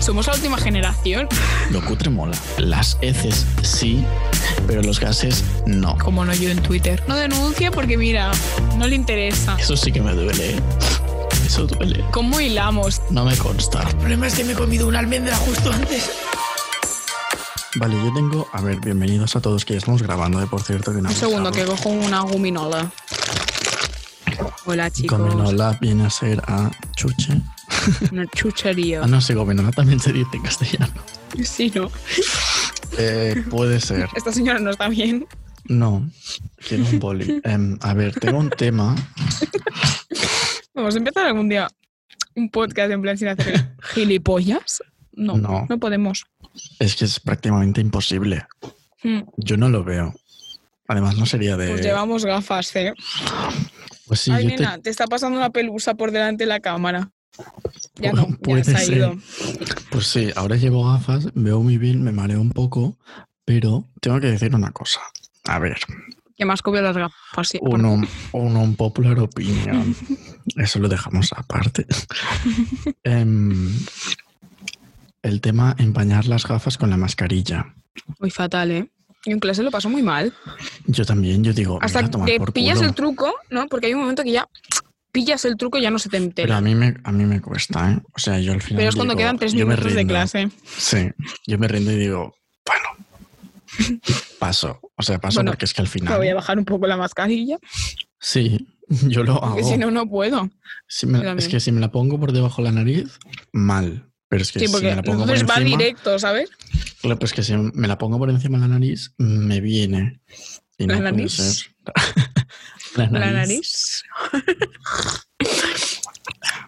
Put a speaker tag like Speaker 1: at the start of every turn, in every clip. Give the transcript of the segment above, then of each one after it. Speaker 1: Somos la última generación.
Speaker 2: Lo cutre mola. Las heces sí, pero los gases no.
Speaker 1: Como no yo en Twitter. No denuncia porque mira, no le interesa.
Speaker 2: Eso sí que me duele. ¿eh? Eso duele.
Speaker 1: ¿Cómo hilamos?
Speaker 2: No me consta.
Speaker 3: El problema es que me he comido una almendra justo antes.
Speaker 2: Vale, yo tengo. A ver, bienvenidos a todos que ya estamos grabando, ¿eh? por cierto. Que no
Speaker 1: Un segundo, que
Speaker 2: avisamos.
Speaker 1: cojo una guminola. Hola chicos,
Speaker 2: Gominola viene a ser a chuche.
Speaker 1: una chuchería.
Speaker 2: Ah, no sé, gominola también se dice en castellano.
Speaker 1: Sí, no.
Speaker 2: Eh, puede ser.
Speaker 1: Esta señora no está bien.
Speaker 2: No, quiero un boli. Em, a ver, tengo un tema.
Speaker 1: Vamos a empezar algún día un podcast en plan sin hacer el gilipollas. No,
Speaker 2: No.
Speaker 1: no, podemos.
Speaker 2: Es que es prácticamente imposible.
Speaker 1: Hmm.
Speaker 2: Yo no lo veo. Además, no sería de.
Speaker 1: Pues llevamos gafas, ¿eh?
Speaker 2: Pues sí,
Speaker 1: Ay,
Speaker 2: yo te-
Speaker 1: nena, te... está pasando una pelusa por delante de la cámara. Ya
Speaker 2: Pu-
Speaker 1: no,
Speaker 2: puede
Speaker 1: ya se ha
Speaker 2: ser.
Speaker 1: ido.
Speaker 2: Pues sí, ahora llevo gafas, veo muy bien, me mareo un poco, pero tengo que decir una cosa. A ver,
Speaker 1: Que más copió las gafas. sí.
Speaker 2: uno, uno un popular opinión. Eso lo dejamos aparte. Em, el tema empañar las gafas con la mascarilla.
Speaker 1: Muy fatal, ¿eh? Y en clase lo pasó muy mal.
Speaker 2: Yo también, yo digo, Pues me voy
Speaker 1: Hasta
Speaker 2: a tomar
Speaker 1: que
Speaker 2: por
Speaker 1: pillas
Speaker 2: culo.
Speaker 1: el truco, ¿no? Porque hay un momento que ya pillas el truco y ya no se te entera.
Speaker 2: Pero a mí me, a mí me cuesta, ¿eh? O sea, yo al final.
Speaker 1: Pero es cuando
Speaker 2: digo,
Speaker 1: quedan tres
Speaker 2: yo me
Speaker 1: minutos de
Speaker 2: rindo.
Speaker 1: clase.
Speaker 2: Sí, yo me rindo y digo, bueno, paso. O sea, paso
Speaker 1: Bueno,
Speaker 2: porque es que al
Speaker 1: Me voy a
Speaker 2: final.
Speaker 1: bajar un poco la mascarilla,
Speaker 2: Sí, yo lo hago.
Speaker 1: porque si no, no puedo.
Speaker 2: Si me-
Speaker 1: yo también.
Speaker 2: es que si me la pongo por debajo de la nariz, mal. Pero es que
Speaker 1: Sí,
Speaker 2: si
Speaker 1: porque
Speaker 2: me la pongo por
Speaker 1: entonces va
Speaker 2: encima.
Speaker 1: directo, ¿sabes?
Speaker 2: Claro, pero es que si me la pongo por encima de la nariz, me viene. Y
Speaker 1: ¿La
Speaker 2: no puede
Speaker 1: nariz?
Speaker 2: ser. la
Speaker 1: La nariz,
Speaker 2: nariz.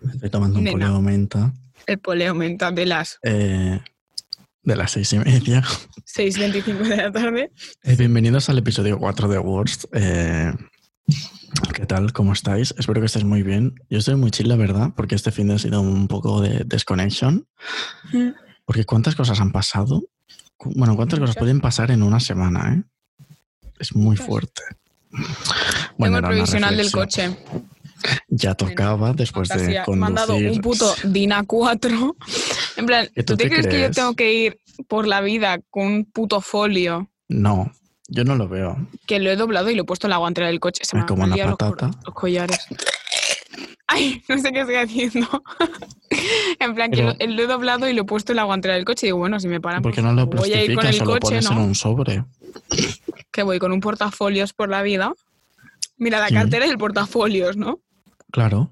Speaker 2: Me estoy tomando un
Speaker 1: Nena.
Speaker 2: polio de menta
Speaker 1: el poleo aumenta de las
Speaker 2: eh, de las seis y media.
Speaker 1: 6.25 de la tarde.
Speaker 2: Eh, bienvenidos al episodio 4 de Worst. Eh, ¿Qué tal? ¿Cómo estáis? Espero que estéis muy bien. Yo estoy muy chill, la verdad, porque este fin de ha sido un poco de desconexión.
Speaker 1: Mm.
Speaker 2: Porque ¿cuántas cosas han pasado? Cu- Bueno, ¿cuántas cosas
Speaker 1: Muchas.
Speaker 2: pueden pasar en una semana? eh? Es muy
Speaker 1: Muchas.
Speaker 2: fuerte.
Speaker 1: Tengo
Speaker 2: Bueno,
Speaker 1: el
Speaker 2: era una
Speaker 1: provisional del
Speaker 2: reflexión.
Speaker 1: coche.
Speaker 2: Ya tocaba después de
Speaker 1: Fantasía. Me han dado
Speaker 2: conducir.
Speaker 1: un puto DINA 4. En plan,
Speaker 2: ¿Que
Speaker 1: ¿tú,
Speaker 2: tú
Speaker 1: te,
Speaker 2: te
Speaker 1: crees, que yo
Speaker 2: crees?
Speaker 1: tengo que ir por la vida con un puto folio
Speaker 2: No, yo no lo veo.
Speaker 1: que lo he doblado y lo he puesto en la guantera del coche? Se
Speaker 2: Me
Speaker 1: han
Speaker 2: como una
Speaker 1: olvidado los cor-
Speaker 2: patata.
Speaker 1: Los, collares. Ay, no sé qué estoy haciendo. en plan,
Speaker 2: Pero-
Speaker 1: que lo, lo he doblado y lo he puesto en la guantera del coche. Y digo, bueno, si me paran,
Speaker 2: Porque
Speaker 1: pues,
Speaker 2: no lo
Speaker 1: voy a ir con
Speaker 2: plastificas,
Speaker 1: el
Speaker 2: solo
Speaker 1: coche,
Speaker 2: pones
Speaker 1: ¿no?
Speaker 2: en un sobre.
Speaker 1: Que voy con un portafolios por la vida. Mira, la
Speaker 2: Sí.
Speaker 1: cartera y el portafolios, ¿no?
Speaker 2: Claro.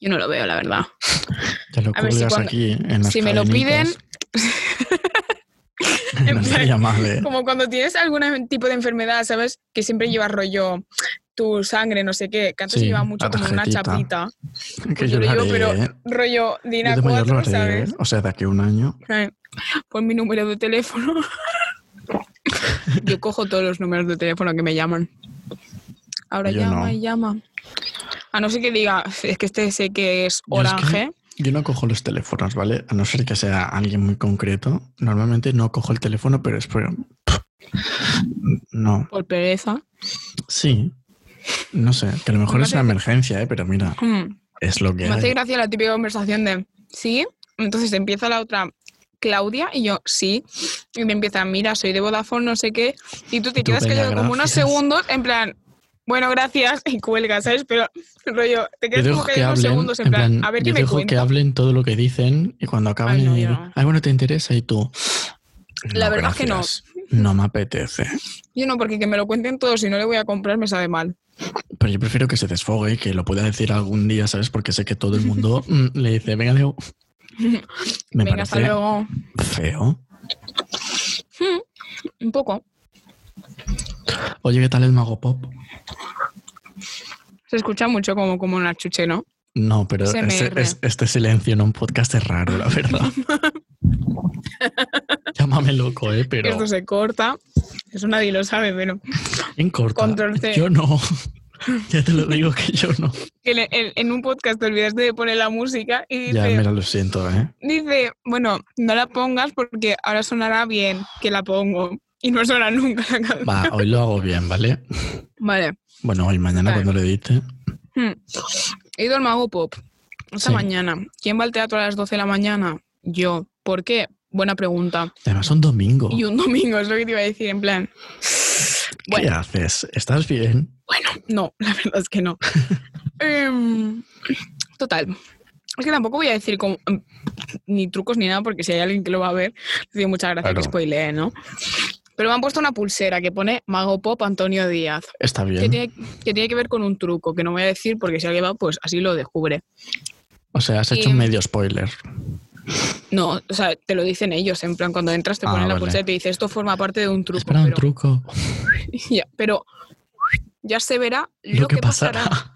Speaker 1: Yo no lo veo, la verdad.
Speaker 2: Ya lo
Speaker 1: A ver si
Speaker 2: cuelgas
Speaker 1: cuando-
Speaker 2: aquí en las
Speaker 1: si me lo piden,
Speaker 2: cadenitas. No sería mal, ¿eh?
Speaker 1: Como cuando tienes algún tipo de enfermedad, ¿sabes? Que siempre llevas rollo tu sangre, no sé qué, que antes
Speaker 2: Sí,
Speaker 1: llevaba mucho
Speaker 2: la
Speaker 1: como una
Speaker 2: tarjetita.
Speaker 1: chapita.
Speaker 2: Que
Speaker 1: yo
Speaker 2: yo lo
Speaker 1: digo,
Speaker 2: haré,
Speaker 1: pero-
Speaker 2: ¿eh?
Speaker 1: Rollo
Speaker 2: Yo
Speaker 1: Dina
Speaker 2: de mayor lo
Speaker 1: 4,
Speaker 2: haré, ¿eh?
Speaker 1: ¿sabes?
Speaker 2: O sea, de aquí a un año.
Speaker 1: Eh, Pon mi número de teléfono. yo cojo todos los números de teléfono que me llaman. Ahora
Speaker 2: Yo
Speaker 1: llama
Speaker 2: no.
Speaker 1: y llama. A no ser que diga, es que este sé que es
Speaker 2: Yo es que-
Speaker 1: orange. ¿eh?
Speaker 2: Yo no cojo los teléfonos, ¿vale? A no ser que sea alguien muy concreto. Normalmente no cojo el teléfono, pero es por... No,
Speaker 1: Por pereza.
Speaker 2: sí. No sé, que a lo mejor
Speaker 1: Me
Speaker 2: es una emergencia, ¿eh? Pero mira,
Speaker 1: Mm.
Speaker 2: es lo que
Speaker 1: Me hace
Speaker 2: hay.
Speaker 1: gracia la típica conversación de sí. Entonces empieza la otra Claudia y yo sí. Y me empieza, mira, soy de Vodafone, no sé qué. Y tú te
Speaker 2: Y tú,
Speaker 1: quedas
Speaker 2: venga,
Speaker 1: callado como unos
Speaker 2: gracias.
Speaker 1: segundos, en plan, bueno, gracias, y cuelgas, ¿sabes? Pero rollo, te
Speaker 2: Yo
Speaker 1: quedas
Speaker 2: dejo
Speaker 1: como
Speaker 2: que
Speaker 1: callado unos
Speaker 2: hablen,
Speaker 1: segundos, en
Speaker 2: en
Speaker 1: plan,
Speaker 2: plan,
Speaker 1: a ver
Speaker 2: yo
Speaker 1: qué me
Speaker 2: dejo que
Speaker 1: cuenta.
Speaker 2: hablen todo lo que dicen y cuando acaban
Speaker 1: Ay, no,
Speaker 2: de
Speaker 1: yo
Speaker 2: decir,
Speaker 1: no.
Speaker 2: ay, bueno, ¿te interesa? Y tú,
Speaker 1: La verdad es que no.
Speaker 2: gracias, No me apetece.
Speaker 1: Yo no, porque que me lo cuenten todos y no le voy a comprar me sabe mal.
Speaker 2: Pero yo prefiero que se desfogue y que lo pueda decir algún día, ¿sabes? Porque sé que todo el mundo mm, le dice, venga, Leo. Me
Speaker 1: Venga, hasta
Speaker 2: parece
Speaker 1: luego.
Speaker 2: feo.
Speaker 1: Un poco.
Speaker 2: Oye, ¿qué tal el Mago Pop?
Speaker 1: Se escucha mucho como, como una chuche, ¿no?
Speaker 2: No, pero
Speaker 1: SMR.
Speaker 2: este, es- este silencio en un podcast es raro, la verdad. Llámame loco, ¿eh?
Speaker 1: Que
Speaker 2: Pero
Speaker 1: Esto se corta. Eso nadie lo sabe, pero
Speaker 2: ¿quién corta?
Speaker 1: Control C.
Speaker 2: Yo no. ya te lo digo que yo no.
Speaker 1: que le- en, en un podcast te olvidaste de poner la música y dices,
Speaker 2: Ya, mira, lo siento, ¿eh?
Speaker 1: Dice, bueno, no la pongas porque ahora sonará bien que la pongo. Y no suena nunca la canción.
Speaker 2: Va, hoy lo hago bien, ¿vale?
Speaker 1: Vale.
Speaker 2: Bueno, hoy mañana
Speaker 1: Vale.
Speaker 2: cuando lo edite.
Speaker 1: Hmm. He ido al Mago Pop esta
Speaker 2: Sí.
Speaker 1: mañana. ¿Quién va al teatro a las 12 de la mañana? Yo. ¿Por qué? Buena pregunta.
Speaker 2: Además, un domingo.
Speaker 1: Y un domingo es lo que te iba a decir, en plan.
Speaker 2: ¿Qué haces? ¿Estás bien?
Speaker 1: Bueno, no, la verdad es que no. Em, total. Es que tampoco voy a decir como- em, ni trucos ni nada, porque si hay alguien que lo va a ver, le digo muchas gracias
Speaker 2: Claro.
Speaker 1: que spoilee, ¿no? Pero me han puesto una pulsera que pone Mago Pop Antonio Díaz,
Speaker 2: Está
Speaker 1: que
Speaker 2: bien.
Speaker 1: tiene, que tiene que ver con un truco, que no voy a decir porque si alguien va, pues así lo descubre.
Speaker 2: O sea, has hecho
Speaker 1: Y-
Speaker 2: un medio spoiler.
Speaker 1: No, o sea, te lo dicen ellos, en plan, cuando entras te
Speaker 2: Ah,
Speaker 1: ponen la
Speaker 2: vale.
Speaker 1: pulsera y te dice, esto forma parte de un truco.
Speaker 2: Espera un
Speaker 1: pero-
Speaker 2: truco.
Speaker 1: Ya, pero ya se verá lo,
Speaker 2: Lo, que pasará.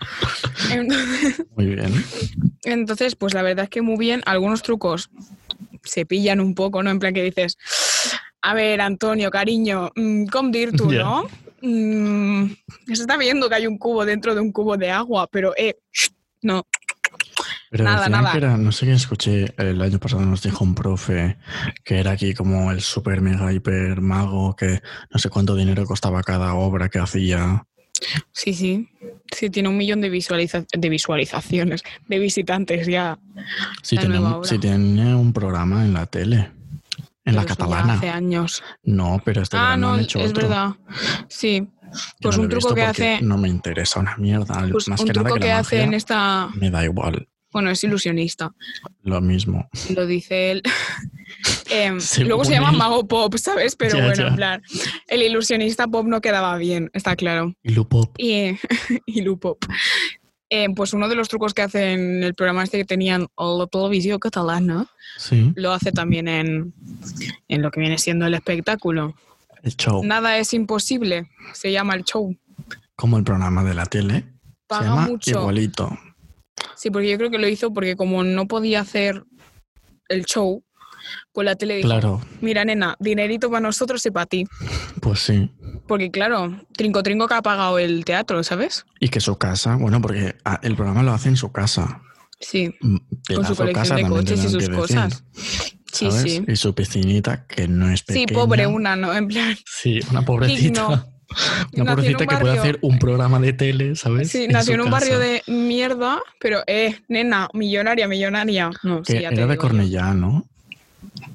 Speaker 1: Entonces-
Speaker 2: Muy bien.
Speaker 1: Entonces, pues la verdad es que muy bien, algunos trucos se pillan un poco, ¿no? En plan que dices, a ver, Antonio, cariño, mm, com dir tú,
Speaker 2: Ya.
Speaker 1: ¿no? Mm, se está viendo que hay un cubo dentro de un cubo de agua, pero eh, no,
Speaker 2: Pero
Speaker 1: Nada,
Speaker 2: decían
Speaker 1: nada.
Speaker 2: que era, no sé quién escuché, el año pasado nos dijo un profe que era aquí como el super mega hiper mago, que no sé cuánto dinero costaba cada obra que hacía.
Speaker 1: sí, sí, sí, tiene un millón de, visualiza- de visualizaciones, de visitantes ya.
Speaker 2: Si
Speaker 1: La
Speaker 2: tiene,
Speaker 1: nueva
Speaker 2: un-
Speaker 1: obra.
Speaker 2: si tiene un programa en la tele, en la
Speaker 1: Pero eso ya
Speaker 2: catalana.
Speaker 1: Hace años.
Speaker 2: No, pero este
Speaker 1: ah,
Speaker 2: verano
Speaker 1: no,
Speaker 2: han
Speaker 1: es
Speaker 2: hecho otro.
Speaker 1: verdad. Sí,
Speaker 2: Yo
Speaker 1: pues
Speaker 2: no
Speaker 1: un
Speaker 2: lo he
Speaker 1: truco
Speaker 2: visto
Speaker 1: que
Speaker 2: porque
Speaker 1: hace...
Speaker 2: No me interesa una mierda.
Speaker 1: Pues
Speaker 2: Más
Speaker 1: un
Speaker 2: que nada
Speaker 1: truco
Speaker 2: que,
Speaker 1: que,
Speaker 2: la
Speaker 1: hace en
Speaker 2: magia, Mm.
Speaker 1: esta.
Speaker 2: me da igual.
Speaker 1: Bueno, es ilusionista.
Speaker 2: Lo mismo.
Speaker 1: Lo dice él. Em,
Speaker 2: Según
Speaker 1: luego se llama
Speaker 2: él.
Speaker 1: Mago Pop, ¿sabes? Pero
Speaker 2: Ya,
Speaker 1: bueno,
Speaker 2: ya.
Speaker 1: en plan. El ilusionista pop no quedaba bien, está claro.
Speaker 2: Y Lupop.
Speaker 1: Y, y Lu Pop. Em, pues uno de los trucos que hace en el programa este que tenían la televisión catalana,
Speaker 2: Sí.
Speaker 1: lo hace también en, en lo que viene siendo el espectáculo.
Speaker 2: El show.
Speaker 1: Nada es imposible, se llama el show.
Speaker 2: Como el programa de la tele.
Speaker 1: Paga
Speaker 2: se llama
Speaker 1: mucho.
Speaker 2: igualito.
Speaker 1: Sí, porque yo creo que lo hizo porque como no podía hacer el show, pues la tele dijo,
Speaker 2: Claro.
Speaker 1: mira nena, dinerito para nosotros y para ti.
Speaker 2: Pues sí.
Speaker 1: Porque claro, Trinco Trinco que ha pagado el teatro, ¿sabes?
Speaker 2: Y que su casa, bueno, porque ah, el programa lo hace en su casa.
Speaker 1: Sí,
Speaker 2: Mm,
Speaker 1: con su
Speaker 2: pedazo
Speaker 1: colección
Speaker 2: casa
Speaker 1: de
Speaker 2: también
Speaker 1: coches y
Speaker 2: tienen
Speaker 1: sus
Speaker 2: que decir,
Speaker 1: cosas. Sí,
Speaker 2: ¿sabes?
Speaker 1: sí.
Speaker 2: Y su piscinita, que no es
Speaker 1: Sí,
Speaker 2: pequeña.
Speaker 1: pobre una, ¿no? En plan,
Speaker 2: Sí, una pobrecita.
Speaker 1: Digno. Nació en
Speaker 2: Una
Speaker 1: un
Speaker 2: pobrecita que puede
Speaker 1: barrio-
Speaker 2: hacer un programa de tele, ¿sabes?
Speaker 1: sí,
Speaker 2: En
Speaker 1: nació
Speaker 2: su
Speaker 1: en un barrio
Speaker 2: casa.
Speaker 1: de mierda, pero eh, nena, millonaria, millonaria. No,
Speaker 2: Que
Speaker 1: sí, ya te
Speaker 2: era de
Speaker 1: digo yo.
Speaker 2: Cornellá, ¿no?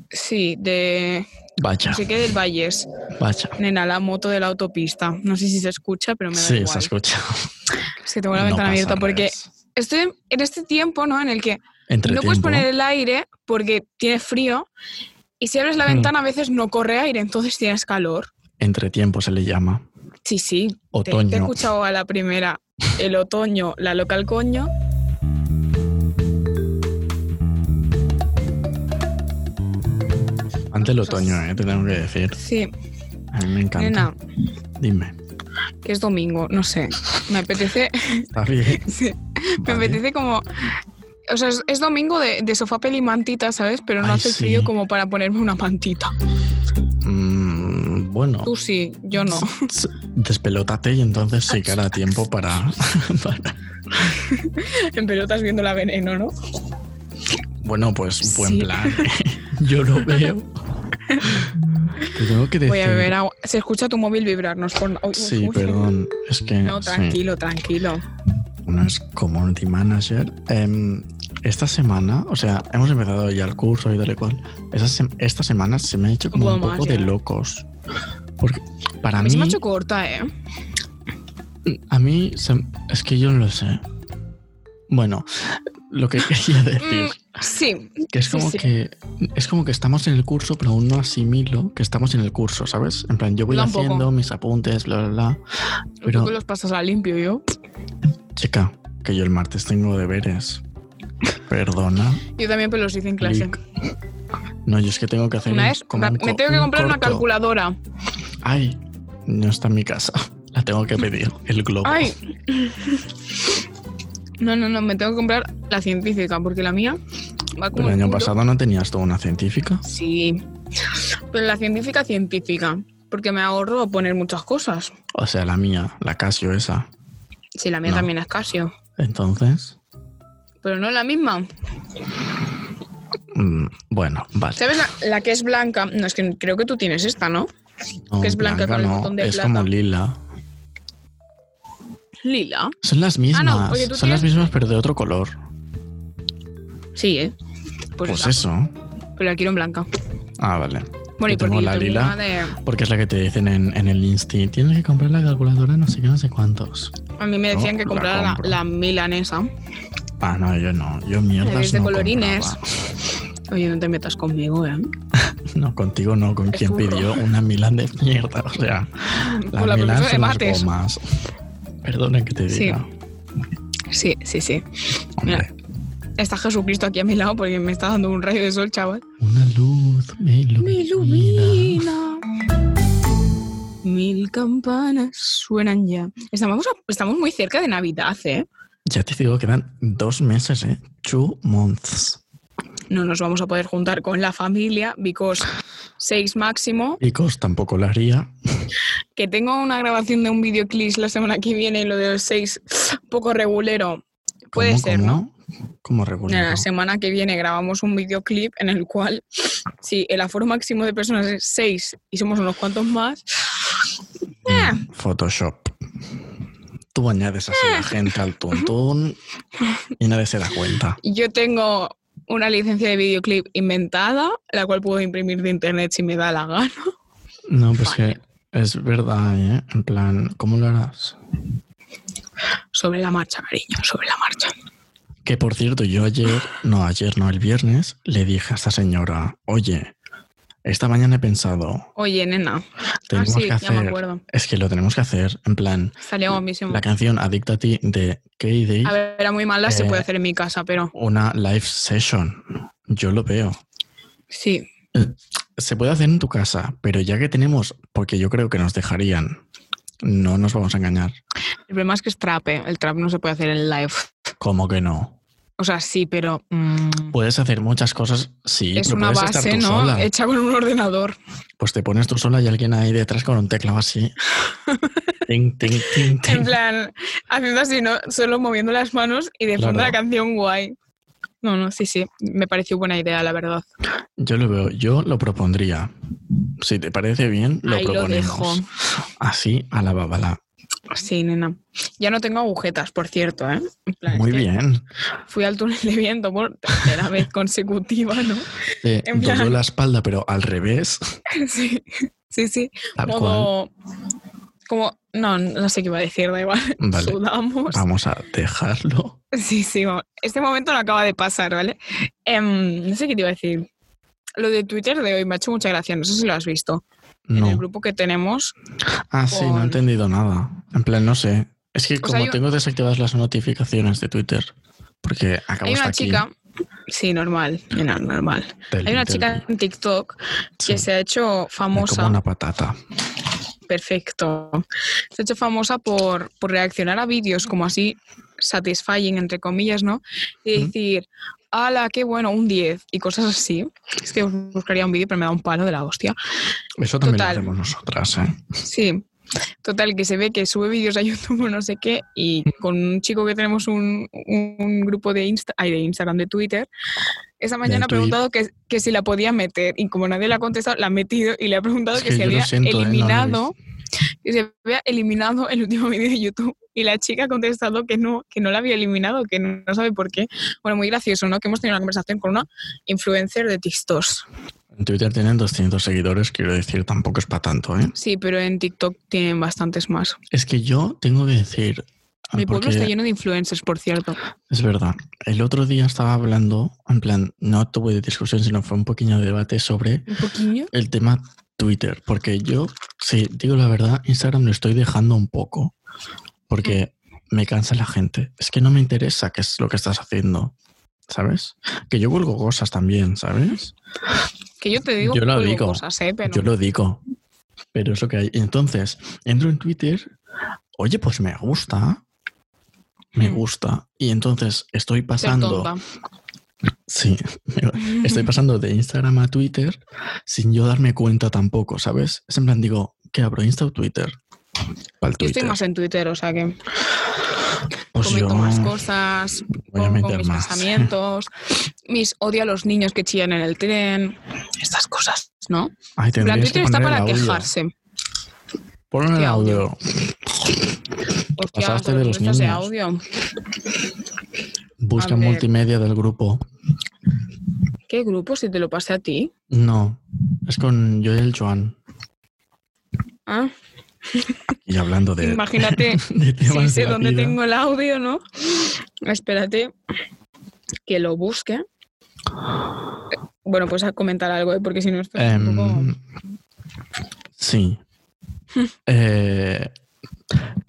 Speaker 1: Sí, de...
Speaker 2: Vaya,
Speaker 1: No sé qué del Valles.
Speaker 2: vaya.
Speaker 1: Nena, la moto de la autopista. No sé si se escucha, pero me da
Speaker 2: Sí,
Speaker 1: igual.
Speaker 2: se escucha.
Speaker 1: Es que tengo la
Speaker 2: No
Speaker 1: ventana
Speaker 2: pasa
Speaker 1: abierta porque
Speaker 2: res.
Speaker 1: estoy en este tiempo, ¿no? En el que
Speaker 2: Entre
Speaker 1: no puedes
Speaker 2: tiempo,
Speaker 1: poner el aire porque tiene frío y si abres la
Speaker 2: Mm.
Speaker 1: ventana a veces no corre aire, entonces tienes calor.
Speaker 2: entre tiempo se le llama.
Speaker 1: Sí, sí. Te, te he
Speaker 2: Otoño.
Speaker 1: escuchado a la primera. El otoño, la local coño.
Speaker 2: Antes el otoño, eh, te tengo que decir.
Speaker 1: Sí,
Speaker 2: A mí me encanta.
Speaker 1: nena,
Speaker 2: Dime.
Speaker 1: que es domingo, no sé. Me apetece,
Speaker 2: Está bien.
Speaker 1: sí, me
Speaker 2: Vale.
Speaker 1: apetece como... O sea, es, es domingo de, de sofá, peli, mantita, ¿sabes? Pero no
Speaker 2: Ay,
Speaker 1: hace
Speaker 2: sí.
Speaker 1: frío como para ponerme una mantita.
Speaker 2: Mm, bueno,
Speaker 1: Tú sí, yo no.
Speaker 2: s- despelótate y entonces sí que hará tiempo para, para-
Speaker 1: en pelotas viendo la veneno, ¿no?
Speaker 2: Bueno, pues buen
Speaker 1: Sí.
Speaker 2: plan. Yo lo veo. Te tengo que decir.
Speaker 1: Voy a beber agua. Se escucha tu móvil vibrarnos. Por... uy, uy,
Speaker 2: Sí,
Speaker 1: uy.
Speaker 2: perdón. Es que.
Speaker 1: No,
Speaker 2: sí.
Speaker 1: tranquilo, tranquilo.
Speaker 2: Uno es community manager. Em, esta semana, o sea, hemos empezado ya el curso y tal y cual. Esa sem- esta semana se me ha hecho como
Speaker 1: Un
Speaker 2: un
Speaker 1: poco
Speaker 2: poco
Speaker 1: más,
Speaker 2: de
Speaker 1: ya.
Speaker 2: locos. Porque para
Speaker 1: A
Speaker 2: mí,
Speaker 1: mí se me ha hecho corta, ¿eh?
Speaker 2: a mí se- es que yo no lo sé. Bueno, lo que quería decir,
Speaker 1: Mm, sí,
Speaker 2: que es
Speaker 1: sí,
Speaker 2: como
Speaker 1: sí.
Speaker 2: que es como que estamos en el curso, pero aún no asimilo que estamos en el curso, ¿sabes? En plan, yo voy
Speaker 1: Yo tampoco.
Speaker 2: haciendo mis apuntes, bla, bla, bla. Pero-
Speaker 1: tú que los pasas a limpio yo.
Speaker 2: Chica, que yo el martes tengo deberes. Perdona.
Speaker 1: Yo también pero los hice en clase.
Speaker 2: Clic. No, yo es que tengo que hacer
Speaker 1: Una
Speaker 2: un-
Speaker 1: vez,
Speaker 2: como un
Speaker 1: me
Speaker 2: co-
Speaker 1: tengo que
Speaker 2: un
Speaker 1: comprar una
Speaker 2: corto.
Speaker 1: calculadora.
Speaker 2: Ay, no está en mi casa. La tengo que pedir, el globo.
Speaker 1: Ay. No, no, no, me tengo que comprar la científica porque la mía va como
Speaker 2: Pero el año
Speaker 1: culo.
Speaker 2: pasado no tenías toda una científica.
Speaker 1: Sí. Pero la científica científica, porque me ahorro poner muchas cosas.
Speaker 2: O sea, la mía, la Casio esa.
Speaker 1: Sí, la mía
Speaker 2: No.
Speaker 1: también es Casio,
Speaker 2: Entonces,
Speaker 1: pero no la misma.
Speaker 2: mm, bueno, vale.
Speaker 1: ¿Sabes la, la que es blanca? No, es que creo que tú tienes esta, ¿no?
Speaker 2: No,
Speaker 1: que es blanca con el
Speaker 2: no,
Speaker 1: botón de
Speaker 2: es
Speaker 1: plata?
Speaker 2: como lila.
Speaker 1: Lila.
Speaker 2: Son las mismas.
Speaker 1: porque Ah, tú
Speaker 2: son las
Speaker 1: tienes-
Speaker 2: mismas, pero de otro color.
Speaker 1: Sí, ¿eh? Pues,
Speaker 2: Pues
Speaker 1: esa.
Speaker 2: eso.
Speaker 1: pero la quiero en blanca.
Speaker 2: Ah, vale.
Speaker 1: Bueno, y
Speaker 2: Yo tengo
Speaker 1: porque yo
Speaker 2: la
Speaker 1: tengo
Speaker 2: lila.
Speaker 1: una de...
Speaker 2: Porque es la que te dicen en, en el Insti. Tienes que comprar la calculadora no sé qué, no sé cuántos.
Speaker 1: A mí me decían
Speaker 2: No,
Speaker 1: que
Speaker 2: la
Speaker 1: comprara la,
Speaker 2: compro.
Speaker 1: la milanesa.
Speaker 2: Ah, no, yo no. Yo mierdas
Speaker 1: Eres de
Speaker 2: no
Speaker 1: colorines.
Speaker 2: compraba.
Speaker 1: Oye, no te metas conmigo, ¿eh?
Speaker 2: No, contigo no. Con quien
Speaker 1: Burro.
Speaker 2: pidió una Milan de mierda. O sea, la
Speaker 1: Con la profesora
Speaker 2: Milan
Speaker 1: de
Speaker 2: son las
Speaker 1: mates.
Speaker 2: gomas. Perdona que te
Speaker 1: Sí.
Speaker 2: diga.
Speaker 1: Sí, sí, sí.
Speaker 2: Hombre,
Speaker 1: Está Jesucristo aquí a mi lado porque me está dando un rayo de sol, chaval.
Speaker 2: una luz me ilumina.
Speaker 1: Me ilumina. Mil campanas suenan ya. Estamos, a- estamos muy cerca de Navidad, ¿eh?
Speaker 2: Ya te digo, quedan dos meses, ¿eh? Two months.
Speaker 1: No nos vamos a poder juntar con la familia, because seis máximo.
Speaker 2: Chicos, tampoco la haría.
Speaker 1: Que tengo una grabación de un videoclip la semana que viene y lo de los seis, poco regulero. Puede
Speaker 2: ¿Cómo,
Speaker 1: ser, ¿no?
Speaker 2: cómo? Como
Speaker 1: La
Speaker 2: regular.
Speaker 1: semana que viene grabamos un videoclip en el cual, si el aforo máximo de personas es 6 y somos unos cuantos más, eh,
Speaker 2: Mm, Photoshop. Tú añades así
Speaker 1: Ah.
Speaker 2: la gente al tuntún y nadie se da cuenta.
Speaker 1: yo tengo una licencia de videoclip inventada, la cual puedo imprimir de internet si me da la gana.
Speaker 2: No, pues que es verdad, ¿eh? En plan, ¿cómo lo harás?
Speaker 1: Sobre la marcha, cariño, sobre la marcha.
Speaker 2: Que por cierto, yo ayer, no, ayer no, el viernes, le dije a esta señora, oye, esta mañana he pensado,
Speaker 1: Oye, nena. Ah,
Speaker 2: tenemos
Speaker 1: sí,
Speaker 2: que
Speaker 1: ya me
Speaker 2: hacer,
Speaker 1: acuerdo.
Speaker 2: es que lo tenemos que hacer, en plan,
Speaker 1: Salió mismo.
Speaker 2: la canción Adicta a ti de K-Day,
Speaker 1: A ver, era muy mala, se
Speaker 2: Eh,
Speaker 1: puede hacer en mi casa, pero
Speaker 2: una live session. Yo lo veo.
Speaker 1: sí.
Speaker 2: Se puede hacer en tu casa, pero ya que tenemos, porque yo creo que nos dejarían, no nos vamos a engañar.
Speaker 1: El problema es que es trap, ¿eh? El trap no se puede hacer en live.
Speaker 2: ¿Cómo que no?
Speaker 1: O sea, sí, pero... mm,
Speaker 2: Puedes hacer muchas cosas, sí,
Speaker 1: es
Speaker 2: pero
Speaker 1: una
Speaker 2: puedes estar
Speaker 1: base,
Speaker 2: tú
Speaker 1: ¿no?
Speaker 2: sola.
Speaker 1: Hecha con un ordenador.
Speaker 2: Pues te pones tú sola y alguien ahí detrás con un teclado así. ting, ting, ting, ting.
Speaker 1: En plan, haciendo así, ¿no? Solo moviendo las manos y de fondo
Speaker 2: Claro.
Speaker 1: la canción guay. No, no, sí, sí. Me pareció buena idea, la verdad.
Speaker 2: Yo lo veo, yo lo propondría. Si te parece bien, lo
Speaker 1: Ahí lo
Speaker 2: proponemos.
Speaker 1: dejo.
Speaker 2: Así, a la bábala.
Speaker 1: Sí, nena. Ya no tengo agujetas, por cierto, ¿eh? En plan,
Speaker 2: Muy
Speaker 1: es que
Speaker 2: bien.
Speaker 1: Fui al túnel de viento por tercera vez consecutiva, ¿no?
Speaker 2: Te
Speaker 1: en plan-
Speaker 2: dobló la espalda, pero al revés.
Speaker 1: Sí, sí, sí.
Speaker 2: Tal cual.
Speaker 1: Modo... Como... No, no sé qué iba a decir, da igual.
Speaker 2: Vale.
Speaker 1: Sudamos.
Speaker 2: Vamos a dejarlo.
Speaker 1: Sí, sí. vamos. Este momento no acaba de pasar, ¿vale? Em, no sé qué te iba a decir. Lo de Twitter de hoy me ha hecho mucha gracia. No sé si lo has visto. en el
Speaker 2: No.
Speaker 1: grupo que tenemos.
Speaker 2: Ah, sí, no he
Speaker 1: con-
Speaker 2: entendido nada. En plan, no sé. Es que como
Speaker 1: sea, hay-
Speaker 2: tengo desactivadas las notificaciones de Twitter, porque acabo
Speaker 1: Hay
Speaker 2: hasta
Speaker 1: una
Speaker 2: aquí
Speaker 1: chica, sí, normal, no, normal.
Speaker 2: del-
Speaker 1: Hay una
Speaker 2: del-
Speaker 1: chica en TikTok que
Speaker 2: sí,
Speaker 1: se ha hecho
Speaker 2: me
Speaker 1: famosa,
Speaker 2: como una patata.
Speaker 1: perfecto, se ha hecho famosa por, por reaccionar a vídeos como así, satisfying, entre comillas, ¿no? Y
Speaker 2: Ujú.
Speaker 1: decir, ala, qué bueno, un 10 y cosas así. Es que os buscaría un vídeo, pero me da un palo de la hostia.
Speaker 2: Eso también
Speaker 1: Total.
Speaker 2: lo hacemos nosotras, ¿eh?
Speaker 1: Sí. Total, que se ve que sube vídeos a YouTube o no sé qué, y con un chico que tenemos un, un grupo de, Insta, ay, de Instagram, de Twitter, esa mañana ha
Speaker 2: Twitter.
Speaker 1: preguntado que, que si la podía meter, y como nadie la ha contestado, la ha metido y le ha preguntado
Speaker 2: Es
Speaker 1: que,
Speaker 2: que
Speaker 1: si
Speaker 2: yo lo
Speaker 1: había
Speaker 2: siento, ¿eh? No lo he
Speaker 1: eliminado, que se había eliminado el último vídeo de YouTube, y la chica ha contestado que no, que no la había eliminado, que no, no sabe por qué. Bueno, muy gracioso, ¿no? Que hemos tenido una conversación con una influencer de TikTok.
Speaker 2: En Twitter tienen 200 seguidores, quiero decir, tampoco es para tanto, ¿eh?
Speaker 1: Sí, pero en TikTok tienen bastantes más.
Speaker 2: Es que yo tengo que decir... ah,
Speaker 1: Mi pueblo
Speaker 2: porque-
Speaker 1: está lleno de influencers, por cierto.
Speaker 2: Es verdad. El otro día estaba hablando, en plan, no tuve discusión, sino fue un pequeño debate sobre
Speaker 1: ¿Un poquillo?
Speaker 2: el tema Twitter, porque yo, si digo la verdad, Instagram lo estoy dejando un poco, porque
Speaker 1: Mm.
Speaker 2: me cansa la gente. Es que no me interesa qué es lo que estás haciendo, ¿sabes? Que yo cuelgo cosas también, ¿sabes?
Speaker 1: Que yo te digo
Speaker 2: Yo lo
Speaker 1: cuelgo
Speaker 2: digo.
Speaker 1: cosas, ¿eh? Pero
Speaker 2: Yo lo digo, pero es lo que hay. Entonces, entro en Twitter, oye, pues me gusta, me
Speaker 1: Mm.
Speaker 2: gusta, y entonces estoy
Speaker 1: ser
Speaker 2: pasando...
Speaker 1: tonta.
Speaker 2: Sí, estoy pasando de Instagram a Twitter sin yo darme cuenta tampoco, ¿sabes? Es en plan, digo, ¿qué abro? ¿Insta o Twitter? Pa'l
Speaker 1: Yo
Speaker 2: Twitter.
Speaker 1: estoy más en Twitter, o sea que
Speaker 2: Pues
Speaker 1: comento
Speaker 2: yo
Speaker 1: más cosas,
Speaker 2: voy a
Speaker 1: pongo
Speaker 2: meter
Speaker 1: mis
Speaker 2: más.
Speaker 1: pensamientos, mis odio a los niños que chillan en el tren, estas cosas, ¿no?
Speaker 2: Ay,
Speaker 1: En plan,
Speaker 2: tendrías que
Speaker 1: Twitter está
Speaker 2: poner
Speaker 1: para
Speaker 2: el audio.
Speaker 1: quejarse.
Speaker 2: Ponlo en
Speaker 1: ¿Qué
Speaker 2: el
Speaker 1: audio?
Speaker 2: audio.
Speaker 1: Hostia,
Speaker 2: Pasaste
Speaker 1: solo
Speaker 2: de los
Speaker 1: listas de
Speaker 2: niños.
Speaker 1: audio.
Speaker 2: Busca
Speaker 1: A ver.
Speaker 2: multimedia del grupo.
Speaker 1: ¿Qué grupo? Si te lo pasé a ti.
Speaker 2: No, es con Joel Joan.
Speaker 1: Ah,
Speaker 2: Y hablando de,
Speaker 1: Imagínate, sí
Speaker 2: de temas
Speaker 1: sé
Speaker 2: de la
Speaker 1: dónde
Speaker 2: vida,
Speaker 1: tengo el audio, ¿no? Espérate que lo busque. Bueno, pues a comentar algo, ¿eh? porque si no esto es un poco...
Speaker 2: em, Sí. Eh,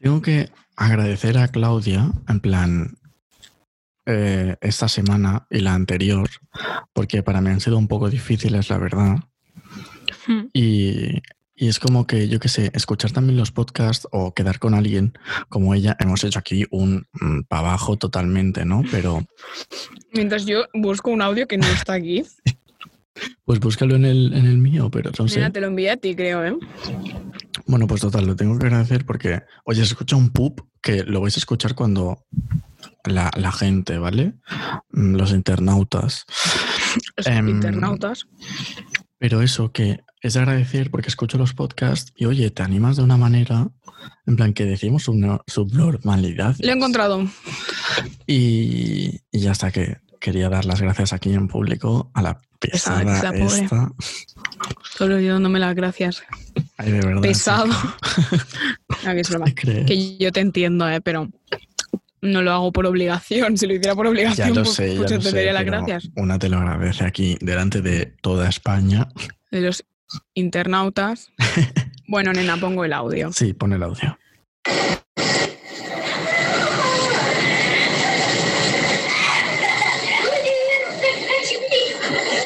Speaker 2: tengo que agradecer a Claudia, en plan, eh, esta semana y la anterior, porque para mí han sido un poco difíciles, la verdad. Em,
Speaker 1: Hmm.
Speaker 2: Y, y es como que, yo qué sé, escuchar también los podcasts o quedar con alguien como ella, hemos hecho aquí un para abajo totalmente, ¿no? Pero
Speaker 1: Mientras yo busco un audio que no está aquí.
Speaker 2: pues búscalo en el, en el mío, pero no sé.
Speaker 1: Mira, te lo envié a ti, creo, ¿eh?
Speaker 2: Bueno, pues total, lo tengo que agradecer porque, oye, se escucha un pup que lo vais a escuchar cuando la, la gente, ¿vale? Mm, Los internautas.
Speaker 1: Los
Speaker 2: Em,
Speaker 1: internautas.
Speaker 2: Pero eso que es de agradecer porque escucho los podcasts y, oye, te animas de una manera, en plan, que decimos una subnormalidad.
Speaker 1: Lo he encontrado.
Speaker 2: Y, y ya está, que quería dar las gracias aquí en público a la
Speaker 1: Esa-
Speaker 2: pesada
Speaker 1: esa pobre.
Speaker 2: esta.
Speaker 1: Solo yo dándome las gracias.
Speaker 2: Ay, de verdad.
Speaker 1: Pesado. Ah, que es broma.
Speaker 2: ¿te crees?
Speaker 1: Que yo te entiendo, ¿eh? Pero no lo hago por obligación. Si lo hiciera por
Speaker 2: Ya
Speaker 1: obligación,
Speaker 2: lo
Speaker 1: pues,
Speaker 2: sé, ya
Speaker 1: pues
Speaker 2: lo
Speaker 1: te
Speaker 2: sé,
Speaker 1: daría las
Speaker 2: pero
Speaker 1: gracias.
Speaker 2: Una te lo agradece aquí delante de toda España.
Speaker 1: De los internautas. Bueno, nena, pongo el audio.
Speaker 2: Sí, pon el audio.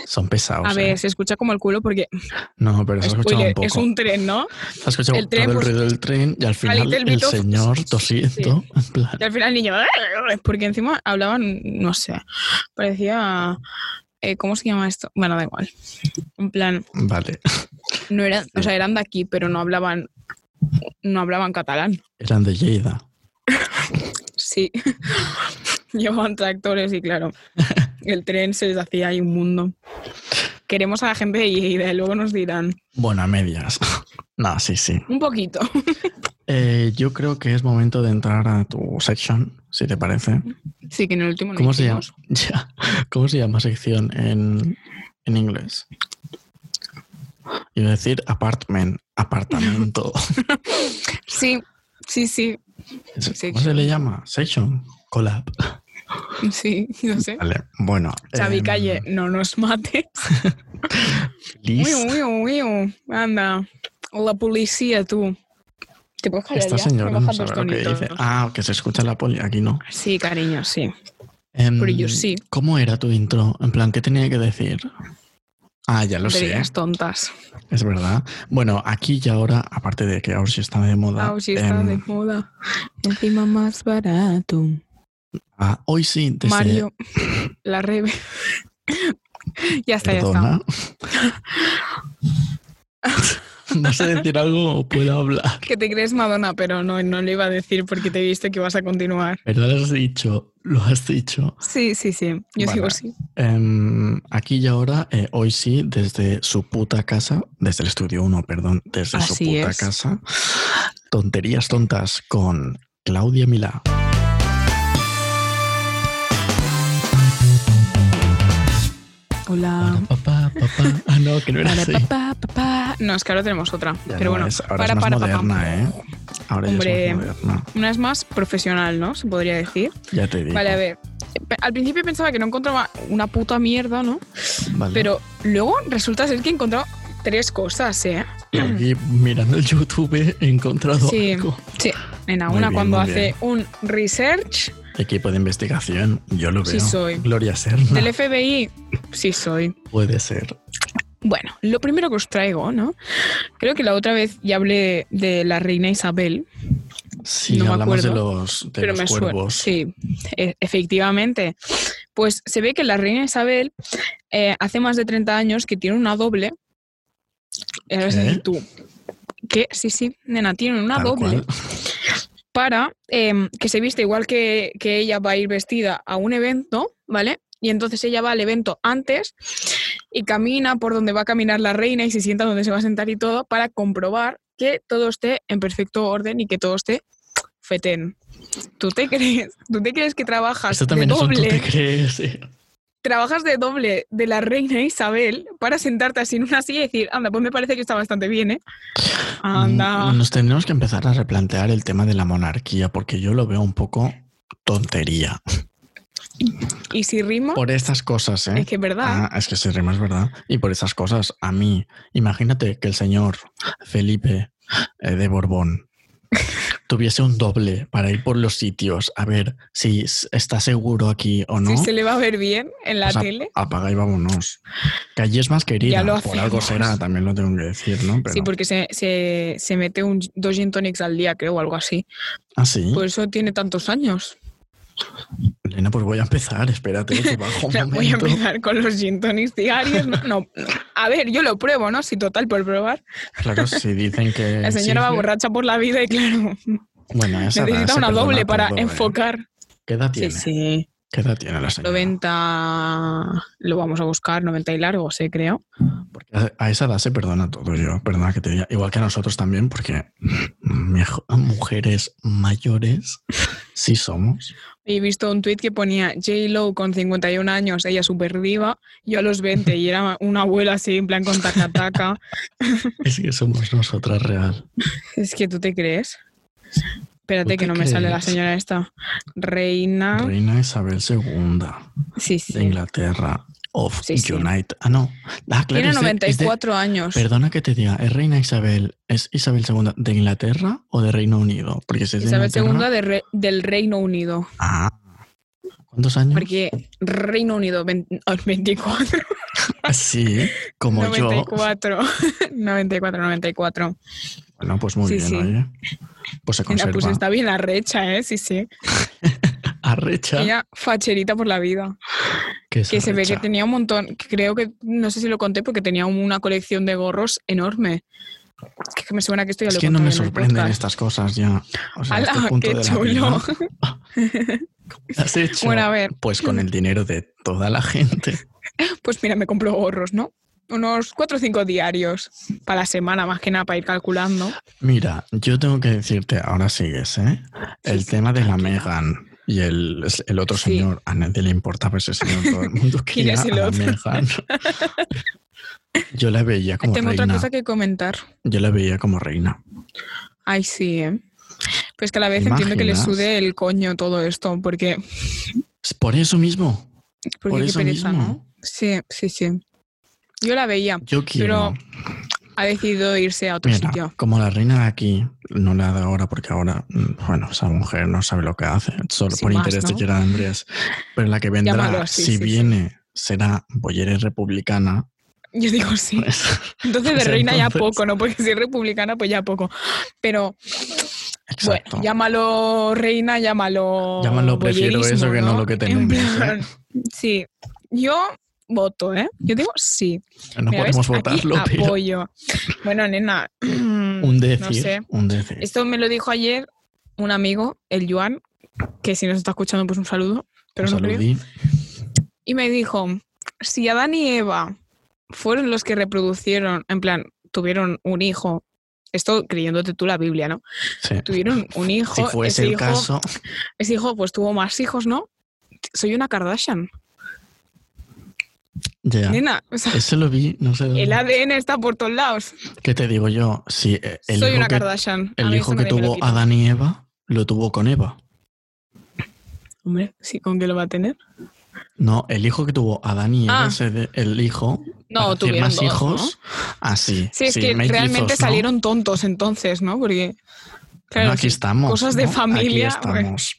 Speaker 2: Son pesados.
Speaker 1: A ver,
Speaker 2: eh.
Speaker 1: se escucha como el culo porque
Speaker 2: No, pero se ha escuchado un
Speaker 1: spoiler,
Speaker 2: poco.
Speaker 1: es un tren, ¿no?
Speaker 2: Se ha escuchado
Speaker 1: el tren,
Speaker 2: todo
Speaker 1: pues,
Speaker 2: el ruido del tren y al final
Speaker 1: Little
Speaker 2: el,
Speaker 1: Bit of-
Speaker 2: señor tosiendo. En plan,
Speaker 1: Y al final el niño, porque encima hablaban, no sé, parecía, eh, ¿cómo se llama esto? Bueno, da igual. En plan,
Speaker 2: vale.
Speaker 1: no eran, o sea, eran de aquí, pero no hablaban, no hablaban catalán.
Speaker 2: Eran de Lleida.
Speaker 1: Sí, llevaban tractores y claro, el tren se les hacía ahí un mundo. Queremos a la gente de Lleida, y luego nos dirán
Speaker 2: Bueno, a medias. no, sí, sí.
Speaker 1: un poquito.
Speaker 2: Eh, yo creo que es momento de entrar a tu section, si te parece.
Speaker 1: Sí, que en el último no
Speaker 2: ¿Cómo se llama?
Speaker 1: hicimos.
Speaker 2: Ya. ¿Cómo se llama sección en, en inglés? Iba a decir apartment, apartamento.
Speaker 1: Sí, sí, sí,
Speaker 2: ¿Cómo se le llama? Section, collab.
Speaker 1: sí, no sé.
Speaker 2: Vale, bueno.
Speaker 1: Xavi
Speaker 2: em,
Speaker 1: Calle, no nos mates.
Speaker 2: Liz,
Speaker 1: Uy, uy, uy, uy. Anda. La policía, tú. Te puedes callar
Speaker 2: esta
Speaker 1: ya? Me
Speaker 2: señora no
Speaker 1: bajan
Speaker 2: sabe
Speaker 1: dos
Speaker 2: lo que
Speaker 1: tonitos.
Speaker 2: dice. Ah, que se escucha la poli, aquí no.
Speaker 1: Sí, cariño, sí.
Speaker 2: Em,
Speaker 1: Pero yo sí.
Speaker 2: ¿Cómo era tu intro? En plan, ¿qué tenía que decir? Ah, ya lo sé.
Speaker 1: Tonterías tontas.
Speaker 2: Es verdad. Bueno, aquí y ahora, aparte de que Aussie está de moda.
Speaker 1: Ah, sí, está
Speaker 2: em,
Speaker 1: de moda. Encima más barato.
Speaker 2: ah, hoy sí, desde,
Speaker 1: Mario, la rebe. ya está, ya
Speaker 2: Perdona. no sé decir algo o puedo hablar.
Speaker 1: está. Que te crees Madonna, pero no, no le iba a decir porque te viste que vas a continuar.
Speaker 2: Pero lo has dicho, lo has dicho.
Speaker 1: Sí, sí, sí. Yo
Speaker 2: Vale.
Speaker 1: sigo sí.
Speaker 2: Em, aquí y ahora, eh, hoy sí, desde su puta casa, desde el estudio 1, perdón, desde su
Speaker 1: Así
Speaker 2: puta
Speaker 1: es.
Speaker 2: casa. Tonterías tontas con Claudia Milá.
Speaker 1: Hola.
Speaker 2: Papá, papá. Ah, no, que no era
Speaker 1: Para,
Speaker 2: así.
Speaker 1: papá, papá. No, es que ahora tenemos otra.
Speaker 2: Ya
Speaker 1: pero
Speaker 2: no
Speaker 1: bueno,
Speaker 2: es, ahora
Speaker 1: para,
Speaker 2: es más
Speaker 1: para, papá.
Speaker 2: moderna, ¿eh? Ahora ya
Speaker 1: Hombre.
Speaker 2: es más moderna.
Speaker 1: Una es más profesional, ¿no? Se podría decir.
Speaker 2: Ya te digo.
Speaker 1: Vale, a ver. Pe- Al principio pensaba que no encontraba una puta mierda, ¿no?
Speaker 2: Vale.
Speaker 1: Pero luego resulta ser que he encontrado tres cosas, ¿eh?
Speaker 2: Y aquí, mirando el YouTube, he encontrado
Speaker 1: Sí.
Speaker 2: algo.
Speaker 1: Sí. Nena,
Speaker 2: Muy
Speaker 1: una
Speaker 2: bien,
Speaker 1: cuando
Speaker 2: muy
Speaker 1: hace un research
Speaker 2: Equipo de investigación, yo lo veo.
Speaker 1: Sí soy.
Speaker 2: Gloria Serna.
Speaker 1: del FBI. Sí, soy.
Speaker 2: Puede ser.
Speaker 1: Bueno, lo primero que os traigo, ¿no? Creo que la otra vez ya hablé de la reina Isabel,
Speaker 2: Sí,
Speaker 1: No me
Speaker 2: hablamos de
Speaker 1: acuerdo,
Speaker 2: los, de
Speaker 1: pero
Speaker 2: los
Speaker 1: me suena.
Speaker 2: cuervos.
Speaker 1: Sí, e- efectivamente. Pues se ve que la reina Isabel eh, hace más de 30 años que tiene una doble. Y ahora vas a
Speaker 2: ¿Qué?
Speaker 1: decir tú. ¿Qué? Sí, sí, nena, tiene una
Speaker 2: ¿Eh? Tal
Speaker 1: Ah, doble.
Speaker 2: cual.
Speaker 1: para em, que se viste igual que, que ella va a ir vestida a un evento, ¿vale? Y entonces ella va al evento antes y camina por donde va a caminar la reina y se sienta donde se va a sentar y todo para comprobar que todo esté en perfecto orden y que todo esté fetén. ¿Tú te crees? ¿Tú te crees que trabajas
Speaker 2: Esto también
Speaker 1: Ah, de
Speaker 2: es un tú
Speaker 1: doble?
Speaker 2: te crees. sí.
Speaker 1: trabajas de doble de la reina Isabel para sentarte así en una silla y decir, anda, pues me parece que está bastante bien, ¿eh? Anda.
Speaker 2: Mm, Nos tendremos que empezar a replantear el tema de la monarquía porque yo lo veo un poco tontería.
Speaker 1: ¿Ah? Y si rima,
Speaker 2: Por estas cosas, ¿eh?
Speaker 1: es que es verdad.
Speaker 2: Ah, es que se rima es verdad. Y por esas cosas, a mí, imagínate que el señor Felipe eh, de Borbón tuviese un doble para ir por los sitios a ver si s- está seguro aquí o no.
Speaker 1: Si se le va a ver bien en la
Speaker 2: O sea,
Speaker 1: tele.
Speaker 2: Apaga y vámonos. Que allí es más querida.
Speaker 1: Ya lo
Speaker 2: por algo
Speaker 1: hacemos.
Speaker 2: será, también lo tengo que decir, ¿no? Pero,
Speaker 1: Sí, porque se, se, se mete un, dos gin tonics al día, creo, o algo así.
Speaker 2: ah, sí.
Speaker 1: Por eso tiene tantos años.
Speaker 2: Elena, pues voy a empezar. Espérate, que bajo un
Speaker 1: O sea, voy a
Speaker 2: momento.
Speaker 1: empezar con los gin tonics diarios. No, no. A ver, yo lo pruebo, ¿no? Si total, por probar.
Speaker 2: Claro, si dicen que.
Speaker 1: La señora va
Speaker 2: sí,
Speaker 1: borracha por la vida y claro,
Speaker 2: Bueno, a esa edad
Speaker 1: necesita
Speaker 2: se
Speaker 1: una
Speaker 2: perdona
Speaker 1: doble para
Speaker 2: todo, ¿eh?
Speaker 1: enfocar.
Speaker 2: ¿Qué edad
Speaker 1: Sí,
Speaker 2: tiene?
Speaker 1: sí.
Speaker 2: ¿Qué edad tiene la señora?
Speaker 1: 90, lo vamos a buscar, 90 y largo, sí, creo.
Speaker 2: Porque a- a esa edad se perdona todo yo, perdona que te diga. Igual que a nosotros también, porque mejo- mujeres mayores sí somos.
Speaker 1: He visto un tuit que ponía J-Lo con 51 años, ella súper diva, yo a los 20 y era una abuela así, en plan con taca-taca.
Speaker 2: Es que somos nosotras real.
Speaker 1: es que tú te crees. Espérate
Speaker 2: ¿Tú
Speaker 1: que
Speaker 2: te
Speaker 1: no me sale la
Speaker 2: crees?
Speaker 1: señora esta. Reina.
Speaker 2: Reina Isabel II
Speaker 1: sí,
Speaker 2: de
Speaker 1: sí.
Speaker 2: Inglaterra of
Speaker 1: Sí, sí.
Speaker 2: United. Ah, no. Ah,
Speaker 1: Tiene
Speaker 2: claro, es de- es de-
Speaker 1: 94 años.
Speaker 2: perdona que te diga, ¿es Reina Isabel, es Isabel II de Inglaterra o de Reino Unido? Porque si es de
Speaker 1: Isabel
Speaker 2: Inglaterra-
Speaker 1: II de Re- del Reino Unido.
Speaker 2: Ah. ¿Cuántos años?
Speaker 1: Porque Reino Unido, 20 oh, 24.
Speaker 2: Ah, Sí, como yo.
Speaker 1: 94. 94, 94.
Speaker 2: Bueno, pues muy
Speaker 1: Sí,
Speaker 2: bien,
Speaker 1: sí.
Speaker 2: oye. Pues se
Speaker 1: Mira,
Speaker 2: conserva.
Speaker 1: pues está bien la recha, ¿eh? Sí, sí.
Speaker 2: Arrecha.
Speaker 1: Ella facherita por la vida.
Speaker 2: que es
Speaker 1: Que se ve que
Speaker 2: arrecha.
Speaker 1: tenía un montón. que Creo que, no sé si lo conté, porque tenía una colección de gorros enorme. Es que me suena que esto ya
Speaker 2: Es
Speaker 1: lo
Speaker 2: que
Speaker 1: he
Speaker 2: no
Speaker 1: contado
Speaker 2: me
Speaker 1: en el
Speaker 2: sorprenden
Speaker 1: podcast.
Speaker 2: estas cosas ya. O sea, a este
Speaker 1: ¡Hala,
Speaker 2: punto
Speaker 1: qué
Speaker 2: de la
Speaker 1: chulo!
Speaker 2: vida, ¿cómo lo has hecho?
Speaker 1: Bueno, a ver.
Speaker 2: Pues con el dinero de toda la gente.
Speaker 1: Pues mira, me compro gorros, ¿no? Unos cuatro o cinco diarios para la semana, más que nada, para ir calculando.
Speaker 2: Mira, yo tengo que decirte, ahora sigues, ¿eh? El
Speaker 1: Sí, sí,
Speaker 2: tema de la Megan y el, el otro
Speaker 1: Sí.
Speaker 2: señor, a nadie le importaba ese señor, todo el mundo
Speaker 1: ¿Quién
Speaker 2: quería
Speaker 1: es el
Speaker 2: a la
Speaker 1: otro?
Speaker 2: Meghan. Yo la veía como
Speaker 1: Tengo otra
Speaker 2: reina.
Speaker 1: cosa que comentar.
Speaker 2: Yo la veía como reina.
Speaker 1: Ay, sí, ¿eh? Pues que a la vez
Speaker 2: ¿Te
Speaker 1: entiendo que le
Speaker 2: imaginas?
Speaker 1: sude el coño todo esto, porque,
Speaker 2: Es Por eso mismo.
Speaker 1: porque
Speaker 2: Por
Speaker 1: qué
Speaker 2: eso
Speaker 1: pereza, ¿no?
Speaker 2: mismo.
Speaker 1: Sí, sí, sí. Yo la veía.
Speaker 2: Yo quiero.
Speaker 1: Ha decidido irse a otro
Speaker 2: Mira,
Speaker 1: sitio.
Speaker 2: Pues como la reina de aquí, no la de ahora, porque ahora, mm, bueno, esa mujer no sabe lo que hace, solo
Speaker 1: Sin
Speaker 2: por
Speaker 1: más,
Speaker 2: interés de
Speaker 1: ¿no?
Speaker 2: Gerard Andrés. Pero la que vendrá,
Speaker 1: Llámalo así,
Speaker 2: si
Speaker 1: sí, sí.
Speaker 2: viene, será Boyere republicana.
Speaker 1: Yo digo sí.
Speaker 2: Pues,
Speaker 1: Entonces de
Speaker 2: pues
Speaker 1: reina ya
Speaker 2: entonces-
Speaker 1: poco, ¿no? Porque si es republicana, pues ya poco. Pero
Speaker 2: exacto.
Speaker 1: bueno, llámalo reina, llámalo.
Speaker 2: Llámalo, prefiero
Speaker 1: boyerismo,
Speaker 2: eso que no lo que
Speaker 1: En
Speaker 2: tenemos, ¿eh?
Speaker 1: plan, Sí. Yo voto, ¿eh? Yo digo sí.
Speaker 2: no
Speaker 1: Mira, ¿ves?
Speaker 2: podemos
Speaker 1: Aquí
Speaker 2: votarlo, pero
Speaker 1: apoyo. Bueno, nena.
Speaker 2: un decir,
Speaker 1: No sé.
Speaker 2: un decir.
Speaker 1: Esto me lo dijo ayer un amigo, el Juan, que si nos está escuchando, pues un saludo, pero
Speaker 2: Un
Speaker 1: no creo.
Speaker 2: saludí.
Speaker 1: Y me dijo, si Adán y Eva fueron los que reproducieron, en plan, tuvieron un hijo, esto creyéndote tú la Biblia, ¿no?
Speaker 2: Sí.
Speaker 1: Tuvieron un hijo,
Speaker 2: Si
Speaker 1: ese,
Speaker 2: fuese el
Speaker 1: hijo
Speaker 2: caso,
Speaker 1: ese hijo pues tuvo más hijos, ¿no? Soy una Kardashian,
Speaker 2: ya.
Speaker 1: nena. o sea,
Speaker 2: Ese lo vi, no sé. dónde.
Speaker 1: el ADN está por todos lados.
Speaker 2: ¿Qué te digo yo? Si eh, el
Speaker 1: Soy
Speaker 2: hijo
Speaker 1: una
Speaker 2: que,
Speaker 1: Kardashian. A
Speaker 2: el
Speaker 1: mí
Speaker 2: hijo
Speaker 1: eso
Speaker 2: que
Speaker 1: nadie me lo
Speaker 2: tuvo
Speaker 1: quita.
Speaker 2: Adán y Eva lo tuvo con Eva.
Speaker 1: Hombre, sí, ¿con qué lo va a tener?
Speaker 2: No, el hijo que tuvo Adán y Eva,
Speaker 1: Ah.
Speaker 2: ese de- el hijo,
Speaker 1: No,
Speaker 2: para decir
Speaker 1: tuvieron
Speaker 2: más
Speaker 1: dos,
Speaker 2: hijos, así.
Speaker 1: Sí, es
Speaker 2: sí,
Speaker 1: que
Speaker 2: mellizos,
Speaker 1: realmente
Speaker 2: ¿no?
Speaker 1: salieron tontos entonces, ¿no? Porque. Claro,
Speaker 2: Bueno, aquí
Speaker 1: sí,
Speaker 2: estamos.
Speaker 1: cosas de
Speaker 2: ¿no?
Speaker 1: familia,
Speaker 2: Aquí
Speaker 1: bueno.
Speaker 2: estamos.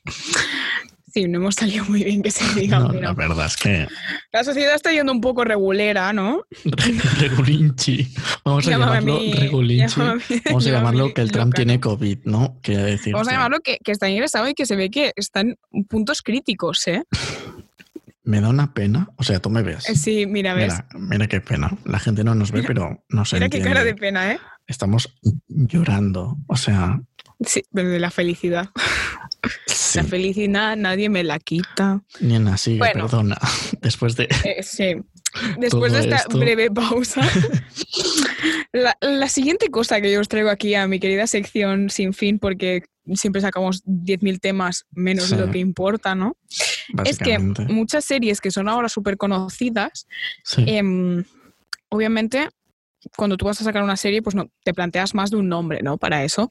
Speaker 1: sí, no hemos salido muy bien que se diga.
Speaker 2: No,
Speaker 1: pero
Speaker 2: la verdad es que.
Speaker 1: La sociedad está yendo un poco regulera, ¿no?
Speaker 2: Regulinchi. Vamos a
Speaker 1: Llámame a
Speaker 2: llamarlo
Speaker 1: mí,
Speaker 2: Regulinchi.
Speaker 1: llámame a mí,
Speaker 2: Vamos a
Speaker 1: llámame
Speaker 2: llamarlo que el Trump
Speaker 1: loca.
Speaker 2: tiene COVID, ¿no? Quiere decir.
Speaker 1: Vamos a
Speaker 2: que
Speaker 1: llamarlo que, que está ingresado y que se ve que están en puntos críticos, ¿eh?
Speaker 2: Me da una pena. O sea, tú me ves.
Speaker 1: Eh, Sí, mira, ves.
Speaker 2: Mira, mira qué pena. La gente no nos ve,
Speaker 1: Mira-
Speaker 2: pero no se
Speaker 1: Mira, qué
Speaker 2: entiende.
Speaker 1: cara de pena, ¿eh?
Speaker 2: Estamos llorando. O sea,
Speaker 1: Sí, pero de la felicidad.
Speaker 2: sí.
Speaker 1: La felicidad nadie me la quita.
Speaker 2: Nena, sigue,
Speaker 1: Bueno.
Speaker 2: perdona. Después de
Speaker 1: Eh, sí. Después
Speaker 2: Todo
Speaker 1: de esta
Speaker 2: esto.
Speaker 1: breve pausa, la, la siguiente cosa que yo os traigo aquí a mi querida sección sin fin, porque siempre sacamos 10.000 temas menos
Speaker 2: Sí.
Speaker 1: de lo que importa, ¿no? Es que mm,
Speaker 2: básicamente.
Speaker 1: muchas series que son ahora súper conocidas,
Speaker 2: Sí,
Speaker 1: em, obviamente, cuando tú vas a sacar una serie, pues no te planteas más de un nombre, ¿no? Para eso.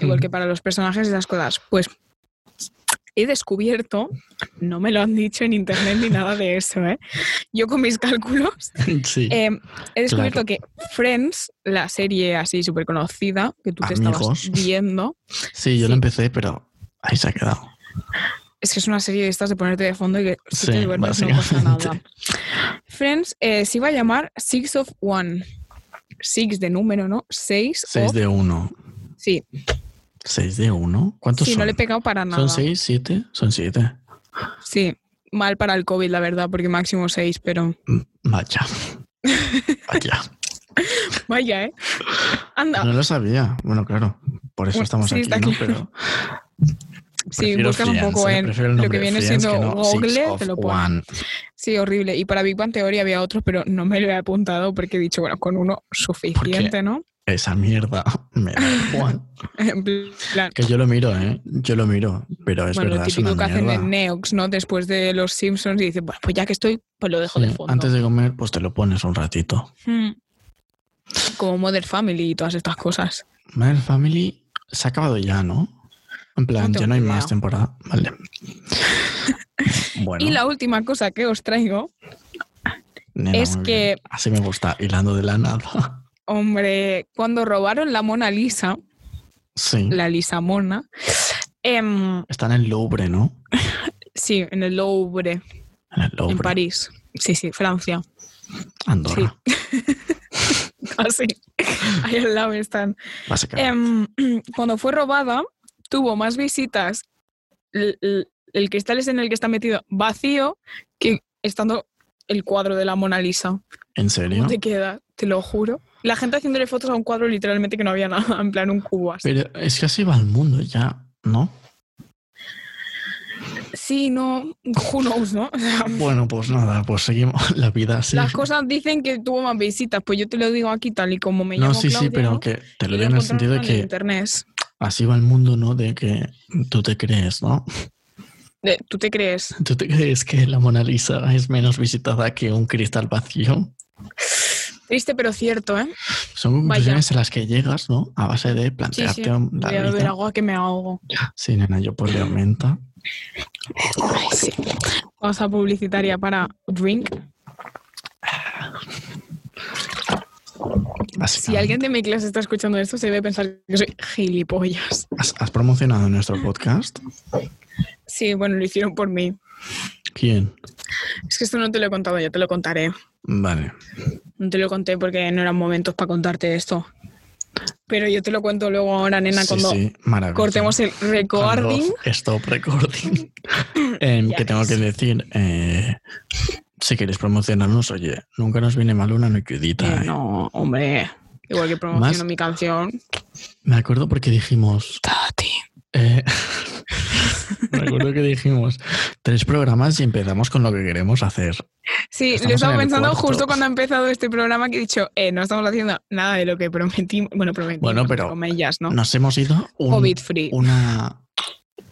Speaker 2: Mm.
Speaker 1: Igual que para los personajes y esas cosas. Pues he descubierto, no me lo han dicho en internet ni nada de eso, ¿eh? Yo con mis cálculos
Speaker 2: sí.
Speaker 1: em, he descubierto que Friends, la serie así súper conocida que tú te
Speaker 2: Amigos.
Speaker 1: estabas viendo,
Speaker 2: sí, yo lo
Speaker 1: sí.
Speaker 2: empecé, pero ahí se ha quedado.
Speaker 1: es que es una serie de estas de ponerte de fondo y que si te
Speaker 2: Sí,
Speaker 1: duermes no pasa nada.
Speaker 2: básicamente.
Speaker 1: Friends eh, se iba a llamar Six of One. Six de número, ¿no? Seis,
Speaker 2: 6
Speaker 1: of-
Speaker 2: de 1.
Speaker 1: Sí,
Speaker 2: 6 de 1. ¿Cuántos
Speaker 1: sí
Speaker 2: son?
Speaker 1: no le he pegado para nada.
Speaker 2: ¿Son 6, 7? Son 7.
Speaker 1: Sí, mal para el COVID, la verdad, porque máximo seis, pero
Speaker 2: Vaya. Mm, Vaya.
Speaker 1: vaya, ¿eh? Anda,
Speaker 2: No lo sabía. Bueno, claro. Por eso
Speaker 1: Bueno,
Speaker 2: estamos
Speaker 1: sí,
Speaker 2: aquí,
Speaker 1: está
Speaker 2: ¿no?
Speaker 1: claro.
Speaker 2: Pero
Speaker 1: sí,
Speaker 2: prefiero
Speaker 1: buscas un
Speaker 2: Friends,
Speaker 1: poco
Speaker 2: ¿eh?
Speaker 1: en
Speaker 2: Prefiero el
Speaker 1: lo que
Speaker 2: nombre
Speaker 1: viene
Speaker 2: Friends
Speaker 1: siendo
Speaker 2: que no Six
Speaker 1: Google,
Speaker 2: of
Speaker 1: te lo pone.
Speaker 2: One.
Speaker 1: Sí, horrible. Y para Big Bang Theory había otros, pero no me lo he apuntado porque he dicho, bueno, con uno suficiente, ¿no?
Speaker 2: Esa mierda. Me da igual.
Speaker 1: En plan,
Speaker 2: Que yo lo miro, ¿eh? Yo lo miro. Pero es
Speaker 1: bueno, lo
Speaker 2: verdad, es una
Speaker 1: típico que hacen
Speaker 2: mierda.
Speaker 1: en Neox, ¿no? Después de los Simpsons y dicen, bueno, pues ya que estoy, pues lo dejo de
Speaker 2: Sí,
Speaker 1: fondo.
Speaker 2: Antes de comer, pues te lo pones un ratito.
Speaker 1: Hmm. Como Mother Family y todas estas cosas.
Speaker 2: Mother Family se ha acabado ya, ¿no? En plan,
Speaker 1: No tengo
Speaker 2: ya no hay
Speaker 1: ni
Speaker 2: más
Speaker 1: idea.
Speaker 2: temporada. Vale. Bueno,
Speaker 1: Y la última cosa que os traigo,
Speaker 2: nena,
Speaker 1: es
Speaker 2: muy
Speaker 1: que-
Speaker 2: bien. Así me gusta, hilando de la nada.
Speaker 1: hombre, cuando robaron la Mona Lisa,
Speaker 2: Mm. Sí.
Speaker 1: la Lisa Mona, em,
Speaker 2: Está en el Louvre, ¿no?
Speaker 1: sí, en el Louvre,
Speaker 2: En el Louvre.
Speaker 1: en París. Sí, sí, Francia.
Speaker 2: Andorra.
Speaker 1: Así. Ah, Ahí al lado están.
Speaker 2: Básicamente.
Speaker 1: Em, cuando fue robada, tuvo más visitas l- l- el, cristal es en el que está metido vacío que estando el cuadro de la Mona Lisa.
Speaker 2: ¿En serio?
Speaker 1: ¿Cómo te queda? Te lo juro. La gente haciéndole fotos a un cuadro literalmente que no había nada, en plan un cubo así.
Speaker 2: Pero es que así va el mundo ya, ¿no?
Speaker 1: Sí, no, who knows, ¿no? O sea,
Speaker 2: Bueno, pues nada, pues seguimos la vida así.
Speaker 1: Las cosas dicen que tuvo más visitas, pues yo te lo digo aquí tal y como me
Speaker 2: No,
Speaker 1: llamo
Speaker 2: sí, sí,
Speaker 1: Claudia,
Speaker 2: pero que te lo
Speaker 1: y
Speaker 2: digo en el
Speaker 1: encontraron
Speaker 2: sentido de
Speaker 1: en
Speaker 2: que
Speaker 1: internet.
Speaker 2: así va el mundo, ¿no? De que tú te crees, ¿no?
Speaker 1: Eh, ¿Tú te crees?
Speaker 2: ¿Tú te crees que la Mona Lisa es menos visitada que un cristal vacío?
Speaker 1: Triste pero cierto, ¿eh?
Speaker 2: Son conclusiones a las que llegas, ¿no? A base de plantearte la
Speaker 1: Voy a beber
Speaker 2: vida.
Speaker 1: agua que me ahogo.
Speaker 2: Sí, nena, yo podría aumenta.
Speaker 1: Pausa publicitaria para Drink. Si alguien de mi clase está escuchando esto, se debe pensar que soy gilipollas.
Speaker 2: ¿Has, has promocionado nuestro
Speaker 1: Mm.
Speaker 2: podcast?
Speaker 1: Sí, bueno, lo hicieron por mí.
Speaker 2: ¿Quién?
Speaker 1: Es que esto no te lo he contado, ya te lo contaré.
Speaker 2: Vale.
Speaker 1: No te lo conté porque no eran momentos para contarte esto. Pero yo te lo cuento luego ahora, nena,
Speaker 2: sí,
Speaker 1: cuando
Speaker 2: sí, maravilloso.
Speaker 1: cortemos el
Speaker 2: Cuando
Speaker 1: recording.
Speaker 2: Stop recording. Em,
Speaker 1: Ya
Speaker 2: que tengo
Speaker 1: ves.
Speaker 2: que decir, eh, si queréis promocionarnos, oye, nunca nos viene mal una
Speaker 1: Eh,
Speaker 2: noquidita. ¿eh?
Speaker 1: no, hombre. Igual que promociono
Speaker 2: Más-
Speaker 1: mi canción.
Speaker 2: Me acuerdo porque dijimos,
Speaker 1: Tati.
Speaker 2: Eh, me acuerdo que dijimos tres programas y empezamos con lo que queremos hacer.
Speaker 1: Sí,
Speaker 2: Estamos
Speaker 1: lo estaba
Speaker 2: en el
Speaker 1: pensando
Speaker 2: cuarto.
Speaker 1: justo cuando ha empezado este programa que he dicho, eh, no estamos haciendo nada de lo que prometimos. Bueno, prometimos,
Speaker 2: Bueno, pero
Speaker 1: entre comillas, ¿no?
Speaker 2: Nos hemos ido un-
Speaker 1: COVID free.
Speaker 2: una,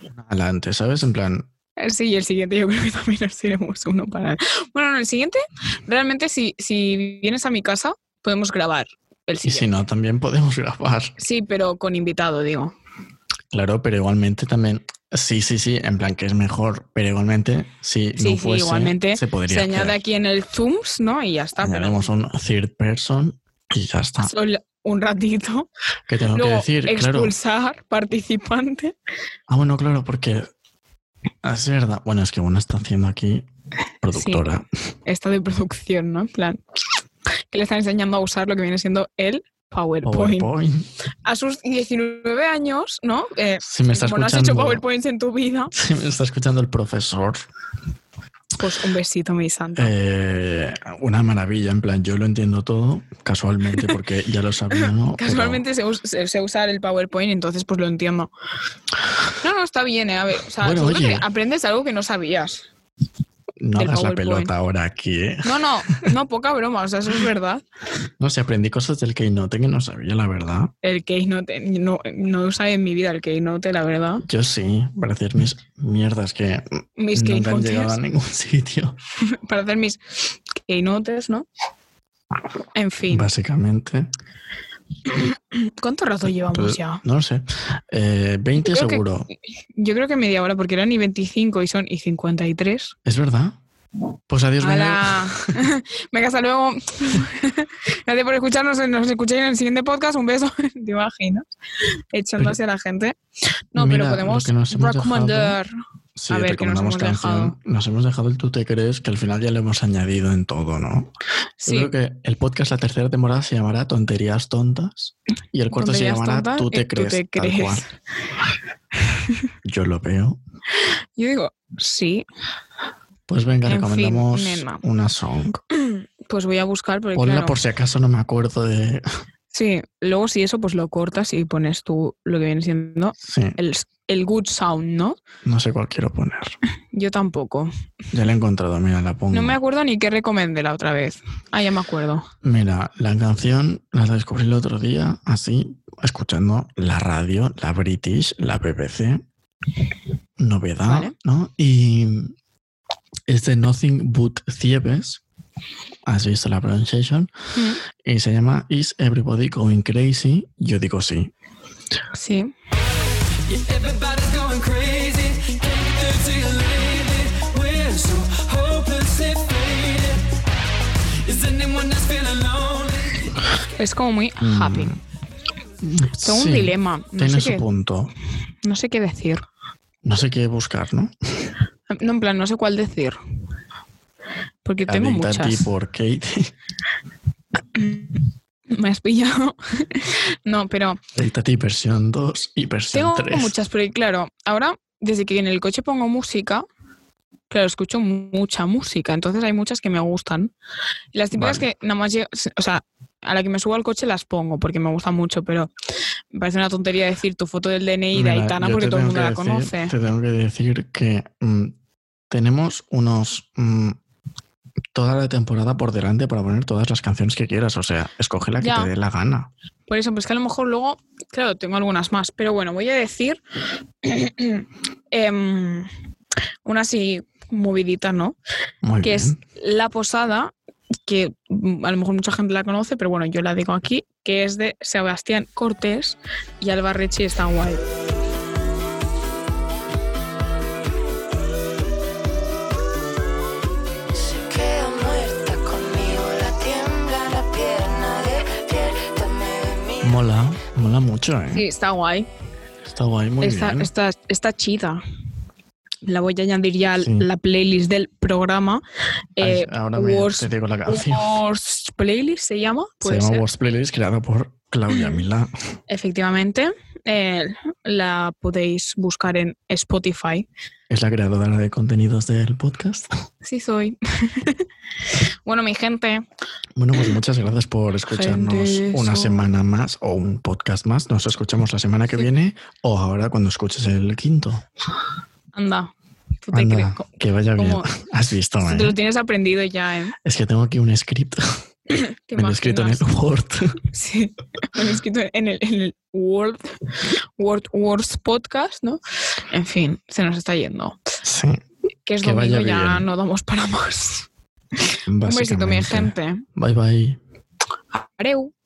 Speaker 2: una adelante, ¿sabes? En plan,
Speaker 1: Eh, Sí, y el siguiente yo creo que también nos iremos uno para... Bueno, no, el siguiente, realmente si, si vienes a mi casa, podemos grabar el
Speaker 2: y si
Speaker 1: siguiente.
Speaker 2: no, también podemos grabar.
Speaker 1: Sí, pero con invitado, digo.
Speaker 2: Claro, pero igualmente también. Sí, sí, sí, en plan que es mejor, pero igualmente, si
Speaker 1: Sí,
Speaker 2: no
Speaker 1: sí,
Speaker 2: fuese,
Speaker 1: igualmente
Speaker 2: se podría
Speaker 1: Se añade
Speaker 2: hacer.
Speaker 1: aquí en el Zooms, ¿no? Y ya está. pero
Speaker 2: Añadimos un third person y ya está.
Speaker 1: solo un ratito.
Speaker 2: ¿Qué tengo que
Speaker 1: Luego,
Speaker 2: decir? Claro.
Speaker 1: expulsar participante.
Speaker 2: Ah, bueno, claro, porque es verdad. Bueno, es que una está haciendo aquí productora.
Speaker 1: Esta de producción, ¿no? En plan, que le están enseñando a usar lo que viene siendo el PowerPoint.
Speaker 2: PowerPoint.
Speaker 1: A sus 19 años, ¿no? Eh,
Speaker 2: Si me está
Speaker 1: como no has
Speaker 2: escuchando,
Speaker 1: hecho PowerPoints en tu vida,
Speaker 2: si me está escuchando el profesor,
Speaker 1: pues un besito, mi santa.
Speaker 2: eh, una maravilla. En plan, yo lo entiendo todo casualmente porque ya lo sabía, ¿no? Pero
Speaker 1: Casualmente se us- se- sé usar el PowerPoint, entonces pues lo entiendo. No, no, está bien, ¿eh? A ver, o sea,
Speaker 2: Bueno,
Speaker 1: seguro
Speaker 2: oye.
Speaker 1: que aprendes algo que no sabías.
Speaker 2: No
Speaker 1: Del
Speaker 2: hagas la
Speaker 1: PowerPoint.
Speaker 2: pelota ahora aquí, ¿eh?
Speaker 1: No, no, no, poca broma, o sea, eso es verdad.
Speaker 2: No sé, aprendí cosas del Keynote que no sabía, la verdad.
Speaker 1: El Keynote, no, no usaba en mi vida el Keynote, la verdad.
Speaker 2: Yo sí, para hacer mis mierdas que
Speaker 1: Mis
Speaker 2: nunca han
Speaker 1: Keynotes,
Speaker 2: llegado a ningún sitio,
Speaker 1: para hacer mis Keynotes, ¿no? En fin,
Speaker 2: básicamente.
Speaker 1: ¿cuánto rato llevamos
Speaker 2: Entonces,
Speaker 1: ya?
Speaker 2: No lo sé. Eh, 20
Speaker 1: Creo que-
Speaker 2: seguro.
Speaker 1: Yo creo que media hora, porque eran y 25 y son y 53.
Speaker 2: ¿Es verdad? Pues adiós, Daniel.
Speaker 1: ¡Hala! Venga, hasta luego. Gracias por escucharnos. eh, Nos escucháis en el siguiente podcast. Un beso. ¿Te imaginas? Echando
Speaker 2: Pero-
Speaker 1: hacia la gente. No,
Speaker 2: Mira,
Speaker 1: pero
Speaker 2: lo
Speaker 1: podemos
Speaker 2: que nos hemos
Speaker 1: recomendar.
Speaker 2: Sí,
Speaker 1: A ver, que nos
Speaker 2: recomendamos
Speaker 1: hemos dejado.
Speaker 2: canción. Nos hemos dejado el Tú te crees, que al final ya lo hemos añadido en todo, ¿no?
Speaker 1: Sí,
Speaker 2: Yo creo que el podcast, la tercera temporada, se llamará Tonterías Tontas y el cuarto se
Speaker 1: Tonterías
Speaker 2: llamará
Speaker 1: tontas
Speaker 2: Tú
Speaker 1: y
Speaker 2: te
Speaker 1: Tú
Speaker 2: crees.
Speaker 1: te
Speaker 2: tal
Speaker 1: crees.
Speaker 2: cual. Yo lo veo.
Speaker 1: yo digo, sí.
Speaker 2: Pues venga,
Speaker 1: En fin,
Speaker 2: recomendamos
Speaker 1: nena.
Speaker 2: una song.
Speaker 1: Pues voy a buscar. Porque,
Speaker 2: Ponla
Speaker 1: claro,
Speaker 2: por si acaso no me acuerdo de.
Speaker 1: Sí, luego si eso, pues lo cortas y pones tú lo que viene siendo
Speaker 2: Sí,
Speaker 1: el, el good sound, ¿no?
Speaker 2: no sé cuál quiero poner.
Speaker 1: Yo tampoco.
Speaker 2: Ya la he encontrado, mira, la pongo.
Speaker 1: No me acuerdo ni qué recomendé la otra vez. Ah, ya me acuerdo.
Speaker 2: Mira, la canción la descubrí el otro día, así, escuchando la radio, la British, la BBC. Novedad,
Speaker 1: Vale.
Speaker 2: ¿no? Y es de Nothing But Thieves. Así está la pronunciación.
Speaker 1: Mm,
Speaker 2: Y se llama Is Everybody Going Crazy? Yo digo sí.
Speaker 1: Sí.
Speaker 4: Yeah, everybody's going crazy. Can't get through to you lately. We're so hopelessly faded. Is anyone else feeling lonely?
Speaker 1: Es como muy happy. Tengo
Speaker 2: Mm, Sí,
Speaker 1: un dilema. No
Speaker 2: Tiene
Speaker 1: sé,
Speaker 2: su
Speaker 1: qué,
Speaker 2: punto.
Speaker 1: no sé qué decir.
Speaker 2: No sé qué buscar, ¿no?
Speaker 1: No, en plan, no sé cuál decir. Porque tengo
Speaker 2: Adicta a ti
Speaker 1: muchas.
Speaker 2: por Kate.
Speaker 1: Me has pillado. no, pero
Speaker 2: Adicta a ti versión 2 y versión
Speaker 1: tengo
Speaker 2: 3.
Speaker 1: muchas, porque claro, ahora desde que en el coche pongo música, claro, escucho mu- mucha música, entonces hay muchas que me gustan. Y las típicas
Speaker 2: Vale.
Speaker 1: que nada más, lle- o sea, a la que me subo al coche las pongo porque me gusta mucho, pero me parece una tontería decir tu foto del DNI de
Speaker 2: Mira,
Speaker 1: Aitana
Speaker 2: yo
Speaker 1: porque
Speaker 2: te
Speaker 1: todo el
Speaker 2: tengo
Speaker 1: mundo la
Speaker 2: que decir-
Speaker 1: conoce.
Speaker 2: Te tengo que decir que mm, tenemos unos. mm, toda la temporada por delante para poner todas las canciones que quieras. O sea, escoge la que
Speaker 1: Ya.
Speaker 2: te dé la gana.
Speaker 1: Por eso, pues que a lo mejor luego, claro, tengo algunas más, pero bueno, voy a decir em, una así movidita, ¿no?
Speaker 2: Muy
Speaker 1: que
Speaker 2: bien.
Speaker 1: es La Posada, que mm, a lo mejor mucha gente la conoce, pero bueno, yo la digo aquí, que es de Sebastián Cortés y Alba Rechi está guay.
Speaker 5: Se queda muerta conmigo, la tiembla la pierna, despiértame de mí.
Speaker 2: Mola, mola mucho, ¿eh?
Speaker 1: Sí, está guay.
Speaker 2: Está guay, muy
Speaker 1: Está,
Speaker 2: bien.
Speaker 1: está, está chida. La voy a añadir ya a
Speaker 2: Sí.
Speaker 1: la playlist del programa.
Speaker 2: Ay,
Speaker 1: Eh,
Speaker 2: Ahora me,
Speaker 1: Worst-
Speaker 2: te digo la canción.
Speaker 1: Wars Playlist se llama.
Speaker 2: Se
Speaker 1: Puede
Speaker 2: llama
Speaker 1: ser.
Speaker 2: Worst Playlist, creada por Claudia Milá.
Speaker 1: Efectivamente. Eh, la podéis buscar en Spotify.
Speaker 2: Es la creadora de contenidos del podcast.
Speaker 1: Sí, soy. bueno, mi gente,
Speaker 2: Bueno, pues muchas gracias por escucharnos
Speaker 1: Gente,
Speaker 2: una
Speaker 1: eso.
Speaker 2: semana más o un podcast más. Nos escuchamos la semana que
Speaker 1: Sí.
Speaker 2: viene o ahora cuando escuches el quinto.
Speaker 1: anda. ¿Tú te
Speaker 2: Anda,
Speaker 1: crees? co-
Speaker 2: que vaya bien.
Speaker 1: cómo-
Speaker 2: Has visto,
Speaker 1: Si
Speaker 2: ¿eh?
Speaker 1: te lo tienes aprendido ya, ¿eh?
Speaker 2: Es que tengo aquí un script.
Speaker 1: ¿Te
Speaker 2: Me lo he escrito en el
Speaker 1: imaginas?
Speaker 2: Word.
Speaker 1: Sí, me lo he escrito en el, en el Word, Word, Words Podcast, ¿no? En fin, se nos está yendo.
Speaker 2: Sí,
Speaker 1: Que es
Speaker 2: Que vaya
Speaker 1: domingo, ya
Speaker 2: bien.
Speaker 1: no damos para más. Un besito,
Speaker 2: básicamente.
Speaker 1: mi gente.
Speaker 2: Bye, bye.
Speaker 1: Areu.